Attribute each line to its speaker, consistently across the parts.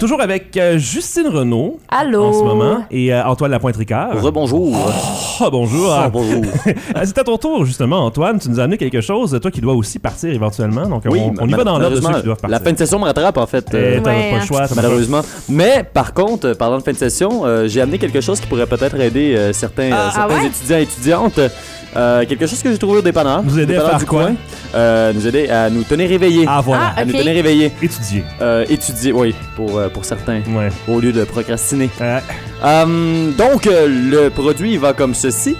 Speaker 1: toujours avec euh, Justine Renault
Speaker 2: Allô?
Speaker 1: en ce moment et euh, Antoine Lapointe-Ricard.
Speaker 3: Ah. Rebonjour.
Speaker 1: Oh, bonjour.
Speaker 3: Ah, bonjour.
Speaker 1: Euh, C'est à ton tour, justement, Antoine. Tu nous as amené quelque chose, toi qui dois aussi partir éventuellement. Donc,
Speaker 3: Oui,
Speaker 1: on, on y
Speaker 3: ma-
Speaker 1: va dans l'ordre de
Speaker 3: malheureusement,
Speaker 1: ceux qui doivent partir.
Speaker 3: La fin de session me rattrape, en fait.
Speaker 1: Eh,
Speaker 3: euh,
Speaker 1: t'as
Speaker 2: Ouais,
Speaker 1: pas le
Speaker 2: hein.
Speaker 1: choix. t'as pas le choix.
Speaker 3: Malheureusement. Mais par contre, euh, parlant de fin de session, euh, j'ai amené quelque chose qui pourrait peut-être aider euh, certains, euh, certains
Speaker 2: Ah ouais?
Speaker 3: étudiants et étudiantes. Euh, quelque chose que j'ai trouvé au dépanneur.
Speaker 1: Nous aider à
Speaker 3: dépanneur
Speaker 1: faire
Speaker 3: du
Speaker 1: quoi?
Speaker 3: coin. Euh, nous aider à nous tenir réveillés.
Speaker 1: Ah, voilà.
Speaker 2: Ah,
Speaker 3: À nous
Speaker 2: ok.
Speaker 3: tenir réveillés.
Speaker 1: Étudier.
Speaker 3: Euh, étudier, oui, pour, euh, pour certains,
Speaker 1: Ouais.
Speaker 3: au lieu de procrastiner.
Speaker 1: Euh,
Speaker 3: Hum, donc, euh, le produit va comme ceci.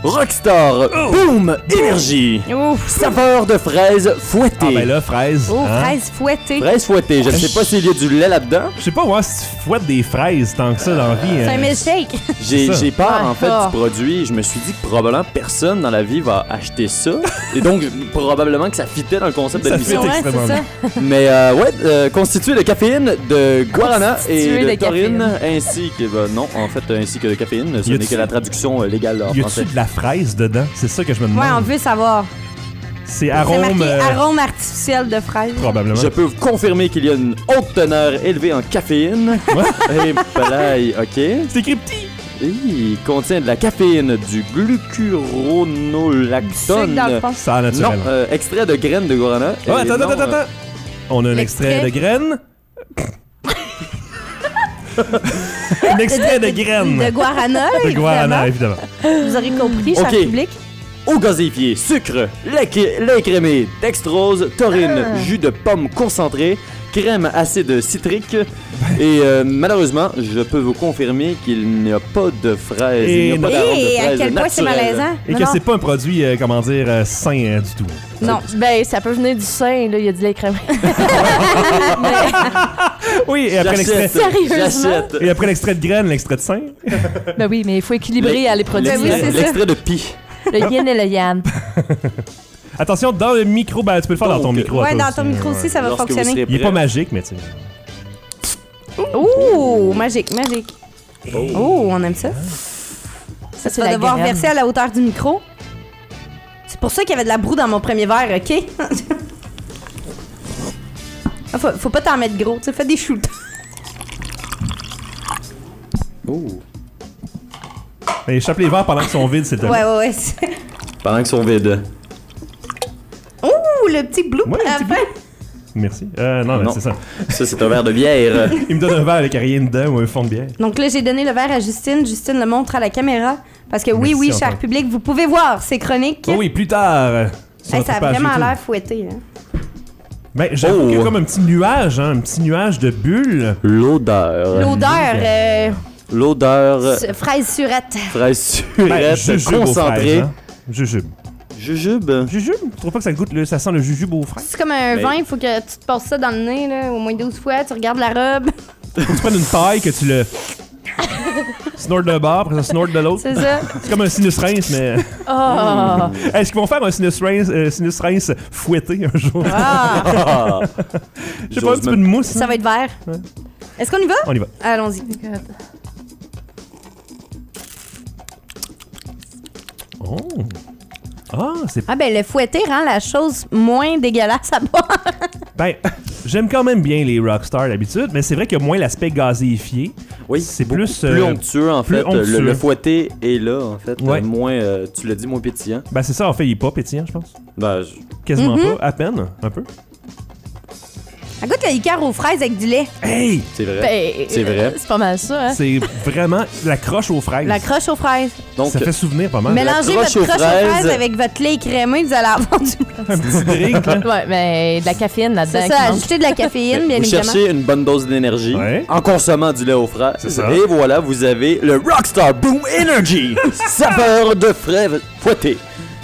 Speaker 3: Rockstar,
Speaker 1: Oh.
Speaker 3: boom, énergie.
Speaker 2: Ouf!
Speaker 3: Saveur de fraise fouettée.
Speaker 1: ah, ben là, fraise.
Speaker 2: Oh,
Speaker 1: hein?
Speaker 2: fraise fouettée.
Speaker 3: Fraise fouettée, je ne sais pas s'il y a du lait là-dedans.
Speaker 1: Je sais pas, moi, si tu fouettes des fraises tant que ça dans la vie.
Speaker 2: C'est un
Speaker 1: hein.
Speaker 2: milkshake.
Speaker 3: J'ai
Speaker 1: C'est ça.
Speaker 3: j'ai peur en fait
Speaker 2: Ah.
Speaker 3: du produit. Je me suis dit que probablement personne dans la vie va acheter ça. Et donc, probablement que ça fitait dans le concept de
Speaker 1: Ça
Speaker 3: l'émission.
Speaker 1: fit.
Speaker 2: Ouais, c'est
Speaker 1: extrêmement
Speaker 2: ça.
Speaker 1: bien.
Speaker 3: Mais euh, ouais, euh, constitué de caféine, de guarana
Speaker 2: Constitué
Speaker 3: et de,
Speaker 2: de
Speaker 3: taurine, ainsi que bah, non, en fait, ainsi que de caféine. Ce
Speaker 1: Y
Speaker 3: n'est
Speaker 1: a-t-il-
Speaker 3: que la traduction euh, légale en
Speaker 1: Y
Speaker 3: français.
Speaker 1: a-tu de la fraise dedans? C'est ça que je me demande.
Speaker 2: Ouais, on veut savoir.
Speaker 1: C'est
Speaker 2: C'est
Speaker 1: arôme.
Speaker 2: marqué
Speaker 1: euh,
Speaker 2: arôme artificiel de fraise.
Speaker 1: Probablement.
Speaker 3: Je peux vous confirmer qu'il y a une haute teneur élevée en caféine. et palaille, ok.
Speaker 1: C'est écrit petit.
Speaker 3: Et il contient de la caféine, du
Speaker 2: Du sucre
Speaker 3: glucuronolactone.
Speaker 2: dans le fond.
Speaker 1: Ça,
Speaker 3: Non,
Speaker 1: naturellement.
Speaker 3: euh, extrait de graines de guarana.
Speaker 1: Oh,
Speaker 3: Et
Speaker 1: attends,
Speaker 3: non,
Speaker 1: attends, attends,
Speaker 3: euh,
Speaker 1: attends. On a un extrait de
Speaker 2: L'extrait.
Speaker 1: graines. un extrait de
Speaker 2: De
Speaker 1: graines.
Speaker 2: guarana,
Speaker 1: De
Speaker 2: là,
Speaker 1: guarana, évidemment.
Speaker 2: évidemment. Vous aurez compris, cher
Speaker 3: Ok.
Speaker 2: public.
Speaker 3: Eau gazéifiée, euh, sucre, lait, cré- lait crémé, dextrose, taurine,
Speaker 2: Ah.
Speaker 3: jus de pomme concentré, crème acide citrique. Et euh, malheureusement, je peux vous confirmer qu'il n'y a pas de fraise.
Speaker 1: Et
Speaker 3: il n'y a pas
Speaker 1: non.
Speaker 3: d'arôme de
Speaker 2: Et Eh, à
Speaker 3: fraise
Speaker 2: quel point c'est
Speaker 3: naturelle.
Speaker 2: malaisant.
Speaker 1: Et
Speaker 2: Non,
Speaker 1: que
Speaker 2: non.
Speaker 1: c'est pas un produit, euh, comment dire, euh, sain euh, du tout.
Speaker 4: Non, ben ça peut venir du sein, là, il y a du lait crémé.
Speaker 1: Oui, et après l'extrait.
Speaker 3: J'achète,
Speaker 4: Sérieusement?
Speaker 3: j'achète.
Speaker 1: Et après l'extrait de graines, l'extrait de sein.
Speaker 4: ben oui, mais il faut équilibrer à les produits.
Speaker 2: Ben oui,
Speaker 3: L'extrait
Speaker 2: c'est ça.
Speaker 3: l'extrait de pi.
Speaker 4: le yin et le yang.
Speaker 1: Attention, dans le micro, ben, tu peux le faire dans ton
Speaker 3: Donc,
Speaker 1: micro. à
Speaker 2: Ouais,
Speaker 1: toi
Speaker 2: dans ton micro aussi,
Speaker 1: ouais.
Speaker 2: ça va
Speaker 3: Lorsque vous serez
Speaker 2: fonctionner.
Speaker 1: Il est
Speaker 3: prêt.
Speaker 1: pas magique, mais tu sais.
Speaker 2: Ouh, magique, magique. Oh, on aime ça. Ça, tu
Speaker 4: c'est
Speaker 2: vas
Speaker 4: la
Speaker 2: devoir
Speaker 4: graine.
Speaker 2: verser à la hauteur du micro. C'est pour ça qu'il y avait de la broue dans mon premier verre, OK? Ah, faut, faut pas t'en mettre gros, tu sais, fais des shoots.
Speaker 3: Oh.
Speaker 1: Mais échappe Ben, les verres pendant qu'ils sont vides, c'est
Speaker 2: Ouais, ouais, ouais. c'est-
Speaker 3: Pendant qu'ils sont vides.
Speaker 2: Ouh, Oh, le petit blue
Speaker 1: Ouais, le petit Merci. Euh, non, mais
Speaker 3: Non.
Speaker 1: c'est ça.
Speaker 3: Ça, c'est un verre de bière.
Speaker 1: Il me donne un verre avec rien dedans ou un fond de bière.
Speaker 2: Donc là, j'ai donné le verre à Justine. Justine le montre à la caméra. Parce que oui,
Speaker 1: Merci,
Speaker 2: oui, cher
Speaker 1: Antoine.
Speaker 2: public, vous pouvez voir ces chroniques.
Speaker 1: Oh oui, plus tard. euh, sur
Speaker 2: Hey,
Speaker 1: notre
Speaker 2: ça a
Speaker 1: page
Speaker 2: vraiment
Speaker 1: YouTube.
Speaker 2: l'air fouetté. hein.
Speaker 1: Ben, j'avoue
Speaker 3: Oh.
Speaker 1: qu'il y a comme un petit nuage, hein, un petit nuage de bulles.
Speaker 3: L'odeur.
Speaker 2: L'odeur, euh,
Speaker 3: L'odeur.
Speaker 2: su- fraise surette.
Speaker 3: Fraise
Speaker 1: Ben,
Speaker 3: surette,
Speaker 1: jujube aux
Speaker 3: concentrée. ben.
Speaker 1: fraises, hein. Jujube.
Speaker 3: Jujube.
Speaker 1: Jujube? Tu trouves pas que ça goûte le, ça sent le jujube aux fraises?
Speaker 2: C'est comme un
Speaker 3: Mais-
Speaker 2: vin, il faut que tu te passes ça dans le nez, là, au moins 12 fois, tu regardes la robe.
Speaker 1: Faut que tu prennes une paille que tu le... Snort d'un bord, après ça snort de l'autre.
Speaker 2: C'est ça.
Speaker 1: C'est comme un sinus rince, mais...
Speaker 4: Oh,
Speaker 1: Est-ce qu'ils vont faire un sinus rince, euh, sinus rince fouetté un jour?
Speaker 2: Ah,
Speaker 3: Ah.
Speaker 1: Je sais pas, un petit peu de mousse.
Speaker 2: ça
Speaker 1: hein?
Speaker 2: va être vert. Est-ce qu'on y va?
Speaker 1: On y va.
Speaker 2: Allons-y.
Speaker 1: Oh. Ah, c'est...
Speaker 2: Ah ben, le fouetté rend la chose moins dégueulasse à boire.
Speaker 1: Ben, j'aime quand même bien les rockstars d'habitude, mais c'est vrai qu'il y a moins l'aspect gazéifié.
Speaker 3: Oui,
Speaker 1: C'est
Speaker 3: beaucoup
Speaker 1: plus,
Speaker 3: plus
Speaker 1: euh,
Speaker 3: onctueux en
Speaker 1: plus
Speaker 3: fait. Le-
Speaker 1: onctueux.
Speaker 3: Le, fouetté est là en fait.
Speaker 1: Ouais.
Speaker 3: Euh, moins, euh, tu l'as dit, moins pétillant.
Speaker 1: Ben, c'est ça, en fait, il est pas pétillant, je pense.
Speaker 3: Ben, je-
Speaker 1: Quasiment
Speaker 2: Mm-hmm.
Speaker 1: pas, à peine, un peu.
Speaker 2: Ça goûte le liqueur aux fraises avec du lait.
Speaker 1: Hey!
Speaker 3: c'est vrai.
Speaker 4: ben,
Speaker 3: C'est vrai.
Speaker 4: C'est pas mal ça, hein?
Speaker 1: C'est vraiment la croche aux fraises.
Speaker 2: La croche aux fraises.
Speaker 3: Donc, euh,
Speaker 1: ça fait souvenir pas mal. hein?
Speaker 3: la
Speaker 2: Mélangez
Speaker 3: croche aux
Speaker 2: votre croche aux fraises.
Speaker 3: fraises
Speaker 2: avec votre lait écrémé, vous allez avoir du
Speaker 1: Un petit drink, là.
Speaker 4: Ouais, mais de la caféine là-dedans.
Speaker 2: C'est
Speaker 4: qui
Speaker 2: ça,
Speaker 4: manque.
Speaker 2: ajouter de la caféine, bien
Speaker 3: vous
Speaker 2: évidemment.
Speaker 3: cherchez une bonne dose d'énergie
Speaker 1: Ouais.
Speaker 3: en consommant du lait aux fraises.
Speaker 1: C'est ça.
Speaker 3: Et voilà, vous avez le Rockstar Boom Energy, saveur de fraises fouettées.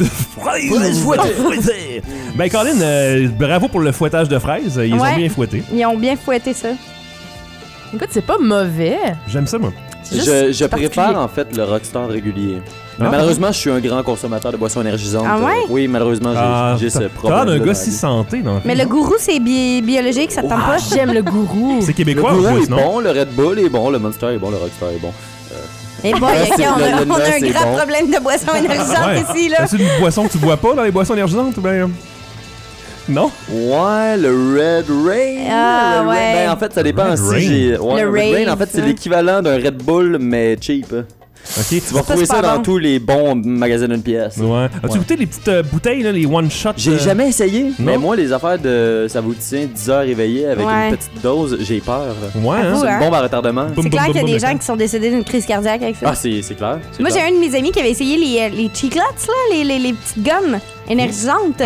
Speaker 3: Fraises fouettées.
Speaker 1: Ben, Colin, euh, bravo pour le fouettage de fraises. Ils ont
Speaker 2: Ouais.
Speaker 1: bien fouetté.
Speaker 2: Ils ont bien fouetté ça.
Speaker 4: Écoute, c'est pas mauvais.
Speaker 1: J'aime ça, moi.
Speaker 4: C'est juste
Speaker 3: Je, je préfère
Speaker 4: particulier.
Speaker 3: en fait le Rockstar régulier. Mais
Speaker 1: Ah.
Speaker 3: malheureusement, je suis un grand consommateur de boissons énergisantes.
Speaker 2: Ah ouais?
Speaker 3: Euh, oui, malheureusement, j'ai-
Speaker 1: Ah,
Speaker 3: j'ai ce
Speaker 1: t'as-
Speaker 3: problème.
Speaker 1: T'as l'air d'un gars si santé, non?
Speaker 2: Mais
Speaker 3: Mhm.
Speaker 2: le gourou, c'est bi- biologique, ça te tente
Speaker 4: Ah,
Speaker 2: pas?
Speaker 4: j'aime le gourou.
Speaker 1: C'est
Speaker 3: Le
Speaker 1: québécois,
Speaker 3: Gourou
Speaker 1: ou
Speaker 3: est
Speaker 1: non?
Speaker 3: bon, le Red Bull est bon, le Monster est bon, le Rockstar est bon.
Speaker 2: Et bon,
Speaker 3: Ah,
Speaker 2: ok,
Speaker 3: c'est-
Speaker 2: on a,
Speaker 3: le- le
Speaker 2: Eh on a un
Speaker 3: lait, c'est
Speaker 2: grand
Speaker 3: bon.
Speaker 2: problème de boisson énergisante
Speaker 1: Ouais.
Speaker 2: ici, là.
Speaker 1: C'est une boisson que tu bois pas dans les boissons énergisantes ou bien. Non?
Speaker 3: Ouais, le Red Rain.
Speaker 2: Ah,
Speaker 3: le Red-
Speaker 2: ouais.
Speaker 3: ben, en fait, ça dépend
Speaker 1: Red Rain.
Speaker 3: si j'ai. Ouais,
Speaker 2: Le
Speaker 3: le Red Rain, en
Speaker 2: rave,
Speaker 3: fait, c'est
Speaker 2: hein.
Speaker 3: l'équivalent d'un Red Bull, mais cheap. hein.
Speaker 1: Ok.
Speaker 3: Tu vas
Speaker 2: Ça,
Speaker 3: retrouver
Speaker 2: c'est
Speaker 3: ça
Speaker 2: pas
Speaker 3: dans
Speaker 2: bon.
Speaker 3: tous les bons magasins d'une pièce.
Speaker 1: Ouais. As-tu
Speaker 3: Ouais.
Speaker 1: goûté les petites euh, bouteilles, là, les one-shots?
Speaker 3: J'ai
Speaker 1: euh,
Speaker 3: jamais essayé, mais
Speaker 1: non?
Speaker 3: moi, les affaires de ça vous tient 10 heures éveillé avec
Speaker 2: Ouais.
Speaker 3: une petite dose, j'ai peur.
Speaker 1: Ouais, hein?
Speaker 2: Avoue,
Speaker 3: C'est
Speaker 2: hein.
Speaker 3: une bombe à retardement.
Speaker 1: Boum,
Speaker 2: C'est
Speaker 1: boum,
Speaker 2: clair
Speaker 1: boum,
Speaker 2: qu'il y a
Speaker 1: boum,
Speaker 2: des
Speaker 1: boum.
Speaker 2: gens qui sont décédés d'une crise cardiaque avec ça.
Speaker 3: Ah, c'est c'est clair. c'est
Speaker 2: Moi, j'ai
Speaker 3: clair.
Speaker 2: un de mes amis qui avait essayé les, euh, les chiclettes, là, les, les, les petites gommes énergisantes.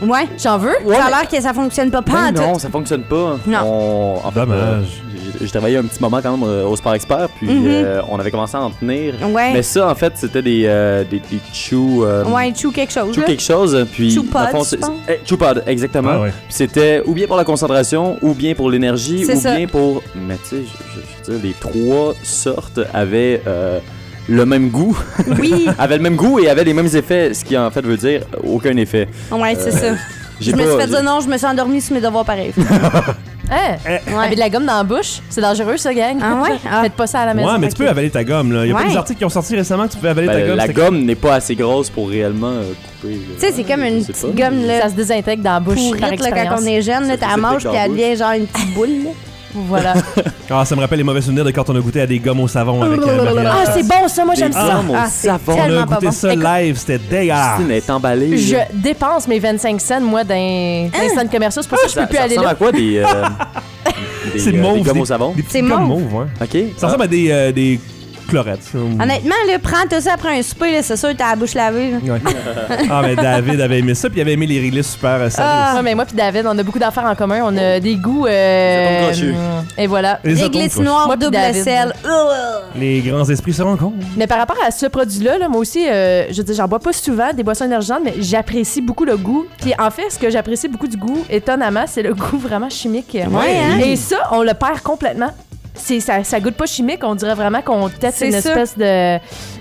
Speaker 2: Ouais.
Speaker 4: J'en veux?
Speaker 3: Ouais,
Speaker 2: ça a
Speaker 3: mais-
Speaker 2: l'air que ça fonctionne pas pas
Speaker 3: Ben
Speaker 2: en tout.
Speaker 3: non, ça fonctionne pas.
Speaker 2: Non.
Speaker 3: On- en fait,
Speaker 1: Dommage.
Speaker 3: euh, j'ai- J'ai travaillé un petit moment quand même euh, au Sport Expert, puis
Speaker 2: Mhm.
Speaker 3: euh, on avait commencé à en tenir.
Speaker 2: Ouais.
Speaker 3: Mais ça, en fait, c'était des, euh, des, des choux. euh,
Speaker 2: Ouais, chew quelque chose.
Speaker 3: choux
Speaker 2: là.
Speaker 3: quelque chose, puis.
Speaker 2: Choux
Speaker 3: dans le
Speaker 2: pods,
Speaker 3: c'est-
Speaker 2: je pense.
Speaker 3: eh, choux pod, exactement.
Speaker 1: Ah ouais.
Speaker 3: Puis c'était ou bien pour la concentration, ou bien pour l'énergie,
Speaker 2: C'est
Speaker 3: ou
Speaker 2: ça.
Speaker 3: bien pour. Mais tu sais, je, je- je veux dire, les trois sortes avaient euh, le même goût,
Speaker 2: Oui,
Speaker 3: avaient le même goût et avaient les mêmes effets, ce qui en fait veut dire aucun effet.
Speaker 2: ouais, c'est
Speaker 3: Euh,
Speaker 2: ça.
Speaker 3: J'ai
Speaker 2: Je me
Speaker 3: pas-
Speaker 2: suis fait dire non, je me suis endormie sur mes devoirs pareils.
Speaker 4: Hein?
Speaker 1: Eh.
Speaker 4: Avec de la gomme dans la bouche, c'est dangereux ça, gang.
Speaker 2: Ah ouais? Ah.
Speaker 4: Faites pas ça à la maison.
Speaker 1: Ouais, mais tu peux avaler ta gomme, là. Il y a pas
Speaker 2: Ouais.
Speaker 1: des articles qui ont sorti récemment que tu peux avaler
Speaker 3: Ben,
Speaker 1: ta gomme.
Speaker 3: la
Speaker 1: c'est-
Speaker 3: gomme n'est pas assez grosse pour réellement euh, couper. euh,
Speaker 2: Tu sais, c'est comme
Speaker 3: je
Speaker 2: une
Speaker 3: sais
Speaker 2: petite
Speaker 3: pas.
Speaker 2: gomme, là.
Speaker 4: Ça se désintègre dans la bouche par
Speaker 2: Pourrite, là, quand
Speaker 4: expérience.
Speaker 2: on est jeune,
Speaker 3: Ça
Speaker 2: là,
Speaker 3: fait
Speaker 2: t'as
Speaker 3: ses
Speaker 2: manges,
Speaker 3: trucs
Speaker 2: puis
Speaker 3: en
Speaker 2: elle
Speaker 3: bouche.
Speaker 2: devient genre une petite boule, là.
Speaker 4: Voilà.
Speaker 1: Ah, ça me rappelle les mauvais souvenirs de quand on a goûté à des gommes au savon avec euh, Marianne.
Speaker 4: ah, c'est bon ça, moi
Speaker 3: Des
Speaker 4: j'aime ça.
Speaker 3: gommes au
Speaker 2: Ah, c'est
Speaker 3: savon.
Speaker 1: On a
Speaker 2: tellement pas
Speaker 1: goûté
Speaker 2: bon.
Speaker 1: ça
Speaker 4: Écoute-
Speaker 1: live, c'était dégueulasse.
Speaker 3: Christine est emballée. là.
Speaker 4: Je dépense mes 25 cents, moi, dans dans les centres commerciaux. C'est pour ça que je
Speaker 3: Ça,
Speaker 4: peux plus
Speaker 3: Ah, ça
Speaker 4: aller
Speaker 3: ressemble
Speaker 4: là.
Speaker 3: à quoi des, euh, des,
Speaker 1: C'est
Speaker 3: euh, des
Speaker 1: mauve.
Speaker 3: gommes au savon?
Speaker 1: Des
Speaker 2: C'est
Speaker 1: petites gommes
Speaker 2: mauve.
Speaker 1: mauves, ouais.
Speaker 3: OK.
Speaker 1: Ça ressemble à des, euh, des chlorettes.
Speaker 2: Honnêtement, là, prends tout ça après un souper, là, c'est sûr, t'as la bouche lavée. là.
Speaker 1: Ouais. ah, mais David avait aimé ça, puis il avait aimé les réglisse super euh, salées
Speaker 2: Ah,
Speaker 4: Ouais, Ah, mais moi puis David, on a beaucoup d'affaires en commun. On a des goûts. euh,
Speaker 3: Ça tombe
Speaker 4: hum, et voilà.
Speaker 1: Les
Speaker 2: Réglisse
Speaker 1: autres,
Speaker 2: noire,
Speaker 4: Moi puis
Speaker 2: double
Speaker 4: David.
Speaker 2: sel. Ugh.
Speaker 1: aussi. Les grands esprits se rencontrent.
Speaker 4: Mais par rapport à ce produit-là, là, moi aussi, euh, je dis, j'en bois pas souvent des boissons énergisantes, mais j'apprécie beaucoup le goût. Puis en fait, ce que j'apprécie beaucoup du goût, étonnamment, c'est le goût vraiment chimique.
Speaker 2: Ouais, hein?
Speaker 4: Et ça, on le perd complètement. C'est, ça, ça goûte pas chimique, on dirait vraiment qu'on teste
Speaker 2: C'est
Speaker 4: une
Speaker 2: ça.
Speaker 4: espèce de,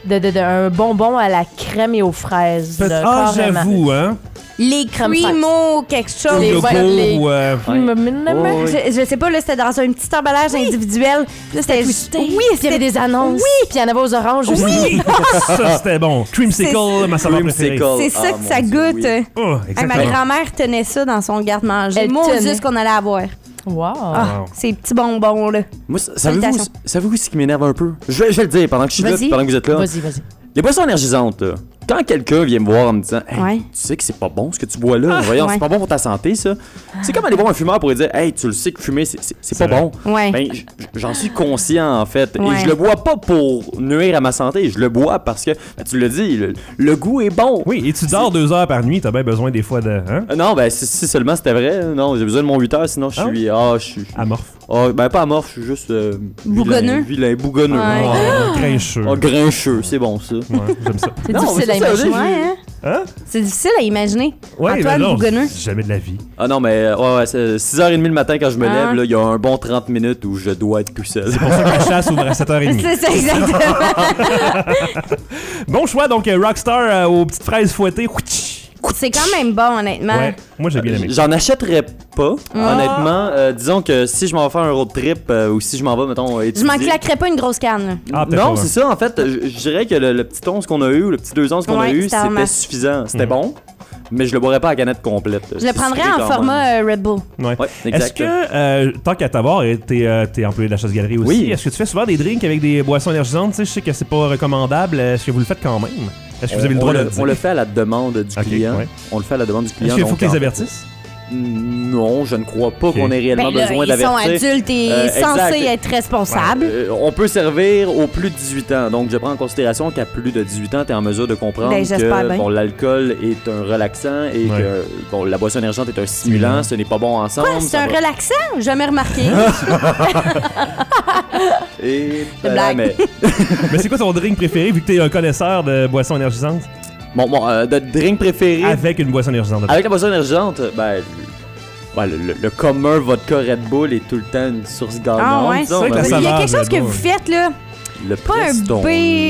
Speaker 4: de, de- de- un bonbon à la crème et aux fraises. là,
Speaker 1: Ah,
Speaker 4: carrément.
Speaker 1: j'avoue, hein.
Speaker 2: Les
Speaker 4: Crème fraîche.
Speaker 2: crimo, quelque
Speaker 1: Au
Speaker 2: chose.
Speaker 4: Les-
Speaker 1: yogourt
Speaker 4: les-
Speaker 1: ou, euh,
Speaker 3: Ouais.
Speaker 4: Mm, mm, mm,
Speaker 3: Oh, oui.
Speaker 2: Je, je sais pas, là, c'était dans un petit emballage individuel. C'était juste-
Speaker 4: twisté.
Speaker 2: Oui,
Speaker 4: Puis il y
Speaker 2: c'était
Speaker 4: avait des annonces. Oui. Puis il y en avait aux oranges aussi.
Speaker 1: ça, c'était bon. Creamsicle, ma saveur préférée.
Speaker 3: Creamsicle.
Speaker 2: C'est
Speaker 3: Ah,
Speaker 2: ça que
Speaker 3: mon
Speaker 2: ça
Speaker 3: Dieu,
Speaker 2: goûte.
Speaker 3: oui.
Speaker 2: Hey,
Speaker 1: Oh,
Speaker 2: ma
Speaker 1: exactement.
Speaker 2: grand-mère tenait ça dans son garde-manger.
Speaker 4: Elle
Speaker 2: Mon
Speaker 4: tenait.
Speaker 2: Dieu, ce qu'on allait avoir.
Speaker 4: Wow.
Speaker 2: Ah,
Speaker 1: Wow.
Speaker 2: ces petits bonbons-là.
Speaker 3: Moi, ça- savez-vous
Speaker 2: Salutations.
Speaker 3: savez-vous ce qui m'énerve un peu? Je vais, je vais le dire pendant que je suis là,
Speaker 2: Vas-y.
Speaker 3: pendant que vous êtes là.
Speaker 4: Vas-y, vas-y.
Speaker 3: Les boissons énergisantes, là, quand quelqu'un vient me voir en me disant Hey,
Speaker 2: Ouais. Ah,
Speaker 3: Tu sais que c'est pas bon ce que tu bois là, voyons,
Speaker 2: Ouais.
Speaker 3: c'est pas bon pour ta santé, ça. C'est comme aller voir un fumeur pour lui dire Hey, tu le sais que fumer, c'est- c'est c'est pas
Speaker 1: vrai.
Speaker 3: bon.
Speaker 2: Ouais.
Speaker 3: Ben, j- j'en suis conscient, en fait.
Speaker 2: Ouais.
Speaker 3: Et je le bois pas pour nuire à ma santé, je le bois parce que, ben, tu le dis, le, le goût est bon.
Speaker 1: Oui, et tu dors deux heures par nuit, t'as bien besoin des fois de. Hein?
Speaker 3: Euh, Non, ben si, si seulement c'était vrai, non, j'ai besoin de mon 8 heures, sinon je
Speaker 1: Ah
Speaker 3: suis. Ah, je suis.
Speaker 1: Amorphe.
Speaker 3: ah, ben pas amorphe, je suis juste. euh, vilain-
Speaker 2: Bougonneux.
Speaker 3: Vilain, bougonneux.
Speaker 2: Ouais.
Speaker 1: Oh,
Speaker 3: Ah,
Speaker 1: grincheux.
Speaker 3: ah, grincheux, c'est bon ça.
Speaker 1: Ouais, j'aime ça.
Speaker 4: C'est
Speaker 3: Non,
Speaker 4: difficile
Speaker 3: mais ça,
Speaker 4: à
Speaker 3: ça veut
Speaker 4: imaginer.
Speaker 3: dire-
Speaker 2: Ouais, hein?
Speaker 1: Hein?
Speaker 2: C'est difficile à imaginer.
Speaker 1: Ouais,
Speaker 2: à toi,
Speaker 1: ben
Speaker 2: le
Speaker 1: non,
Speaker 2: bougonneux.
Speaker 1: Jamais de la vie.
Speaker 3: Ah non, mais euh, ouais, ouais, c'est 6h30 le matin quand je me
Speaker 2: Ah.
Speaker 3: lève, là, il y a un bon 30 minutes où je dois être tout seul.
Speaker 1: Pour ça que la chasse ouvre à 7h30.
Speaker 2: C'est ça, exactement.
Speaker 1: Bon choix, donc euh, Rockstar euh, aux petites fraises fouettées. Ouitch.
Speaker 2: C'est quand même bon, honnêtement.
Speaker 1: Ouais, moi j'ai bien aimé.
Speaker 3: J'en achèterais pas,
Speaker 2: Ah.
Speaker 3: honnêtement. Euh, disons que si je m'en vais faire un road trip euh, ou si je m'en vais, mettons,
Speaker 2: Je
Speaker 3: étudier...
Speaker 2: m'en claquerais pas une grosse canne. là.
Speaker 1: Ah, peut-être
Speaker 3: non,
Speaker 1: pas,
Speaker 3: c'est ça, en fait. Je je dirais que le, le petit 11 qu'on a eu, le petit 2 onces qu'on a
Speaker 2: Ouais,
Speaker 3: eu,
Speaker 2: c'était en
Speaker 3: c'était
Speaker 2: masse.
Speaker 3: suffisant. C'était
Speaker 1: Mhm.
Speaker 3: bon, mais je le boirais pas à canette complète.
Speaker 2: Je le
Speaker 3: C'est hein.
Speaker 2: prendrais en
Speaker 3: sucré quand
Speaker 2: format
Speaker 3: même.
Speaker 2: euh, Red Bull.
Speaker 1: Ouais.
Speaker 3: Ouais,
Speaker 1: Est-ce
Speaker 3: exact.
Speaker 1: que, euh, tant qu'à t'avoir, et t'es euh, t'es employé de la chasse-galerie aussi,
Speaker 3: Oui.
Speaker 1: est-ce que tu fais souvent des drinks avec des boissons énergisantes? Tu sais, je sais que c'est pas recommandable. Est-ce que vous le faites quand même? Est-ce que vous avez le
Speaker 3: Euh, On-
Speaker 1: droit
Speaker 3: on
Speaker 1: de
Speaker 3: le,
Speaker 1: le dire?
Speaker 3: on le fait à la demande du
Speaker 1: Ok,
Speaker 3: client.
Speaker 1: ouais.
Speaker 3: On le fait à la demande du client.
Speaker 1: Est-ce qu'il faut
Speaker 3: donc,
Speaker 1: qu'ils
Speaker 3: en- Mm,
Speaker 1: avertissent?
Speaker 3: Non, je ne crois pas qu'on ait réellement
Speaker 2: Ben là,
Speaker 3: besoin
Speaker 2: ils sont
Speaker 3: d'avertir.
Speaker 2: adultes et
Speaker 3: Euh,
Speaker 2: censés
Speaker 3: exact.
Speaker 2: être responsables.
Speaker 3: Euh, on peut servir au plus de 18 ans. Donc, je prends en considération qu'à plus de 18 ans, tu es en mesure de comprendre
Speaker 2: Ben, j'espère
Speaker 3: que
Speaker 2: bien.
Speaker 3: bon, l'alcool est un relaxant et
Speaker 1: Ouais.
Speaker 3: que bon, la boisson énergisante est un stimulant. Ce n'est pas bon ensemble.
Speaker 2: Ah, c'est
Speaker 3: ça
Speaker 2: un
Speaker 3: va-
Speaker 2: relaxant, jamais remarqué.
Speaker 3: Et
Speaker 2: C'est
Speaker 3: voilà,
Speaker 2: blague.
Speaker 3: mais-
Speaker 1: Mais c'est quoi ton drink préféré vu que t'es un connaisseur de boissons énergisantes?
Speaker 3: Bon, bon, euh, notre drink préféré
Speaker 1: Avec une boisson énergisante.
Speaker 3: avec la boisson énergisante, ben. le- ouais, le, le- le commun vodka Red Bull est tout le temps une source gagnante.
Speaker 2: Ah ouais?
Speaker 3: disons,
Speaker 1: C'est vrai que
Speaker 3: ben
Speaker 1: la
Speaker 2: Il
Speaker 3: oui.
Speaker 2: y a
Speaker 1: va,
Speaker 2: quelque chose
Speaker 1: Red
Speaker 2: que
Speaker 1: Bull.
Speaker 2: vous faites, là.
Speaker 3: Le
Speaker 2: Pas un
Speaker 3: Prestone.
Speaker 2: B.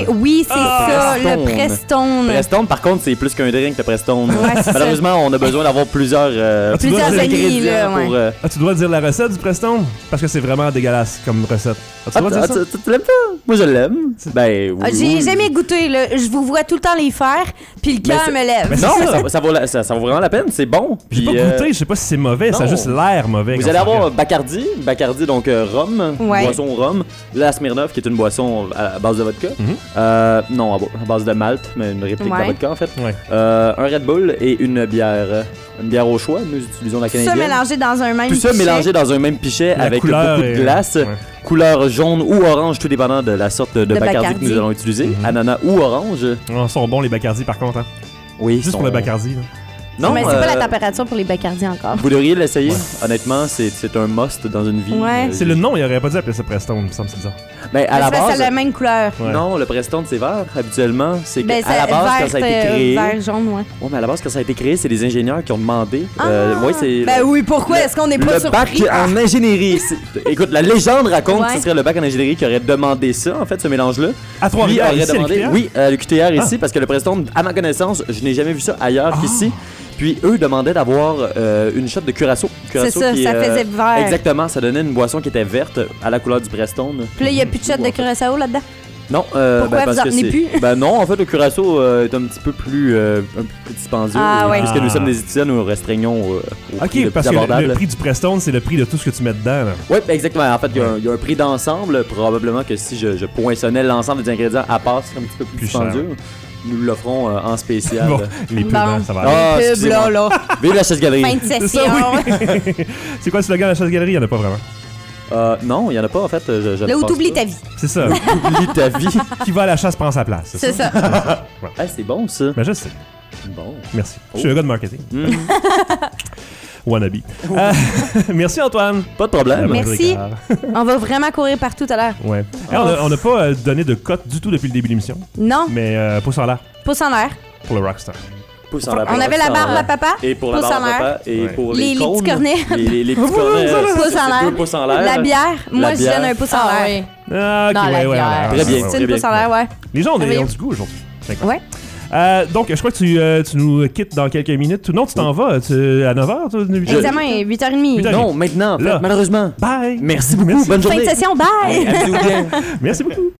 Speaker 2: Oui, c'est
Speaker 3: Ah!
Speaker 2: ça, le Prestone.
Speaker 3: Prestone, par contre, c'est plus qu'un drink, le Prestone.
Speaker 2: Ouais, c'est ça.
Speaker 3: Malheureusement, on a besoin d'avoir plusieurs, euh,
Speaker 1: Ah, tu dois dire-
Speaker 3: ingrédients
Speaker 2: là, ouais.
Speaker 3: pour. euh,
Speaker 1: Ah, tu dois dire la recette du Preston? Parce que c'est vraiment dégueulasse comme recette. Ah, tu
Speaker 3: Ah,
Speaker 1: dois dire
Speaker 3: ah,
Speaker 1: ça?
Speaker 3: tu tu- tu l'aimes pas? Moi, je l'aime. Ben, oui.
Speaker 2: Ah,
Speaker 3: oui.
Speaker 2: J'ai jamais goûté, là. Je vous vois tout le temps les faire, puis le cœur
Speaker 3: c'est-
Speaker 2: me lève.
Speaker 3: Mais non, mais ça, ça vaut la- ça- ça vaut vraiment la peine, c'est bon.
Speaker 1: J'ai
Speaker 3: Puis,
Speaker 1: pas
Speaker 3: euh,
Speaker 1: goûté, je sais pas si c'est mauvais, ça a
Speaker 3: non.
Speaker 1: juste l'air mauvais.
Speaker 3: vous
Speaker 1: quand
Speaker 3: allez
Speaker 1: ça
Speaker 3: avoir euh,
Speaker 1: regarde.
Speaker 3: Bacardi, Bacardi donc euh, rhum,
Speaker 2: Ouais.
Speaker 3: boisson au rhum, la Smirnoff qui est une boisson à à base de vodka,
Speaker 1: Mhm.
Speaker 3: Euh, non à bo- à base de malt, mais une réplique de
Speaker 2: Ouais.
Speaker 3: la vodka en fait,
Speaker 1: Ouais.
Speaker 3: Euh, un Red Bull et une bière, euh, une bière au choix, nous utilisons la
Speaker 2: Tout ça
Speaker 3: canadienne.
Speaker 2: mélangé dans un même
Speaker 3: Tout ça
Speaker 2: pichet.
Speaker 3: mélangé dans un même pichet
Speaker 1: La
Speaker 3: avec
Speaker 1: couleur
Speaker 3: beaucoup de
Speaker 1: est-
Speaker 3: glace,
Speaker 1: ouais.
Speaker 3: couleur jaune ou orange, tout dépendant de la sorte de,
Speaker 2: De
Speaker 3: Bacardi, que
Speaker 2: Bacardi.
Speaker 3: nous allons utiliser,
Speaker 1: Mhm.
Speaker 3: ananas ou orange.
Speaker 1: Oh, sont bons les Bacardi par contre. Hein.
Speaker 3: Oui,
Speaker 1: Juste
Speaker 3: sont-
Speaker 1: pour le Bacardi. là.
Speaker 3: Non,
Speaker 2: mais c'est pas
Speaker 3: euh,
Speaker 2: la température pour les Bacardi encore.
Speaker 3: Vous devriez l'essayer. Honnêtement, c'est- c'est un must dans une vie.
Speaker 2: Ouais.
Speaker 3: Euh,
Speaker 1: C'est le nom, il aurait pas dû appeler ça Preston, il me semble, c'est bizarre.
Speaker 3: Ben, à
Speaker 2: Parce
Speaker 3: la
Speaker 2: que
Speaker 3: base.
Speaker 2: ça a la même couleur.
Speaker 1: Ouais.
Speaker 3: Non, le Preston, c'est vert, habituellement. C'est que
Speaker 2: Ben,
Speaker 3: à la
Speaker 2: ça-
Speaker 3: base,
Speaker 2: vert,
Speaker 3: quand ça a été
Speaker 2: euh,
Speaker 3: créé.
Speaker 2: vert, jaune, ouais.
Speaker 3: Ouais, mais à la base, quand ça a été créé, c'est les ingénieurs qui ont demandé. Euh,
Speaker 2: Ah!
Speaker 3: ouais, c'est.
Speaker 2: Ben oui, pourquoi
Speaker 3: le-
Speaker 2: est-ce qu'on n'est pas
Speaker 3: Le bac
Speaker 2: surpris? Ah!
Speaker 3: en ingénierie. C'est- Écoute, la légende raconte que
Speaker 2: Ouais.
Speaker 3: ce serait le bac en ingénierie qui aurait demandé ça, en fait, ce mélange-là.
Speaker 1: À
Speaker 3: Lui
Speaker 1: Trois-Rivières,
Speaker 3: aurait
Speaker 1: ici, à
Speaker 3: demandé-
Speaker 1: l'UQTR?
Speaker 3: Oui, à l'UQTR ici, parce que le Preston, à ma connaissance, je n'ai jamais vu ça ailleurs
Speaker 1: Ah.
Speaker 3: qu'ici. Puis eux demandaient d'avoir euh, une shot de curaçao.
Speaker 2: C'est
Speaker 3: Curaçao
Speaker 2: ça,
Speaker 3: qui,
Speaker 2: ça
Speaker 3: euh,
Speaker 2: faisait vert.
Speaker 3: Exactement, ça donnait une boisson qui était verte à la couleur du Preston.
Speaker 2: Puis là, il n'y a plus de shot de Curaçao là-dedans.
Speaker 3: Non, euh,
Speaker 2: Pourquoi
Speaker 3: ben,
Speaker 2: vous
Speaker 3: parce
Speaker 2: en
Speaker 3: que
Speaker 2: tenez
Speaker 3: c'est-
Speaker 2: plus?
Speaker 3: ben non, en fait, le curaçao euh, est un petit peu plus, euh, un peu plus dispendieux.
Speaker 2: Ah,
Speaker 3: euh,
Speaker 2: ouais.
Speaker 3: Puisque nous
Speaker 1: Ah.
Speaker 3: sommes des étudiants, nous restreignons euh, au prix
Speaker 1: Ok,
Speaker 3: le
Speaker 1: parce
Speaker 3: plus
Speaker 1: que
Speaker 3: abordable.
Speaker 1: le, le prix du Preston, c'est le prix de tout ce que tu mets dedans. là.
Speaker 3: Oui, exactement. En fait, il y a un- il y, a un prix d'ensemble. Probablement que si je, je poinçonnais l'ensemble des ingrédients à part, ce serait un petit peu plus,
Speaker 1: Plus
Speaker 3: dispendieux. Nous l'offrons euh, en spécial.
Speaker 1: Bon, les pubs,
Speaker 2: Bon.
Speaker 1: hein, ça va. aller.
Speaker 3: Ah,
Speaker 2: Pub, là,
Speaker 3: excusez-moi.
Speaker 2: là.
Speaker 3: Vive la
Speaker 2: Fin
Speaker 3: chasse galerie.
Speaker 2: de
Speaker 1: C'est
Speaker 2: session.
Speaker 1: ça, oui. c'est quoi le slogan de la chasse-galerie? Il y en a pas vraiment.
Speaker 3: Euh, non, il n'y en a pas, en fait. Je, je
Speaker 2: Là
Speaker 3: le
Speaker 2: où
Speaker 3: pense
Speaker 2: t'oublies
Speaker 3: pas.
Speaker 2: ta vie.
Speaker 1: C'est ça.
Speaker 3: Oublie ta vie.
Speaker 1: Qui va à la chasse prend sa place.
Speaker 2: C'est ça.
Speaker 3: Ah, c'est bon, ça.
Speaker 1: Mais je sais.
Speaker 3: Bon.
Speaker 1: Merci. Je suis un gars de marketing.
Speaker 3: Hmm.
Speaker 1: Wannabe. Euh, merci Antoine.
Speaker 3: Pas de problème.
Speaker 2: Oh. Merci. On va vraiment courir partout tout à l'heure.
Speaker 1: Ouais. Eh, on a- on n'a pas euh, donné de cote du tout depuis le début de l'émission,
Speaker 2: Non,
Speaker 1: mais euh, pouce en l'air
Speaker 2: pouce en l'air.
Speaker 1: pour le Rockstar.
Speaker 3: Pouce en l'air,
Speaker 2: On avait la
Speaker 3: pouce en
Speaker 2: barbe
Speaker 3: l'air.
Speaker 2: à papa.
Speaker 3: Et pour la
Speaker 2: Pouce
Speaker 3: barbe
Speaker 2: en l'air.
Speaker 3: papa et
Speaker 1: Ouais.
Speaker 3: pour
Speaker 2: Les-
Speaker 3: les,
Speaker 2: les
Speaker 3: cônes,
Speaker 2: petits cornets.
Speaker 3: Les, les- les petits cornets. euh,
Speaker 2: Pouce
Speaker 3: ça,
Speaker 2: en
Speaker 3: c'est
Speaker 2: l'air.
Speaker 3: deux pouces en l'air. hein.
Speaker 2: La bière. Moi, je
Speaker 3: bière.
Speaker 2: donne un pouce en l'air.
Speaker 4: Ah oui.
Speaker 1: Ah, ok,
Speaker 4: Dans la
Speaker 1: ouais, ouais,
Speaker 4: bière.
Speaker 1: ouais,
Speaker 3: Très bien.
Speaker 1: ouais, ouais.
Speaker 2: C'est une
Speaker 3: bien.
Speaker 2: pouce en l'air, ouais.
Speaker 1: Les gens ont, des,
Speaker 2: Merveilleux.
Speaker 1: ont du goût aujourd'hui. D'accord.
Speaker 2: Ouais.
Speaker 1: Euh, donc, je crois que tu, euh, tu nous quittes dans quelques minutes. Non, tu t'en vas tu- à 9h.
Speaker 2: Examen est 8h30.
Speaker 1: Putain.
Speaker 3: Non, maintenant, en fait,
Speaker 1: Là.
Speaker 3: malheureusement.
Speaker 1: Bye.
Speaker 3: Merci beaucoup.
Speaker 1: Merci.
Speaker 3: Bonne
Speaker 2: Fin de
Speaker 3: journée.
Speaker 2: session, bye!
Speaker 3: Amusez-vous bien.
Speaker 1: Merci beaucoup.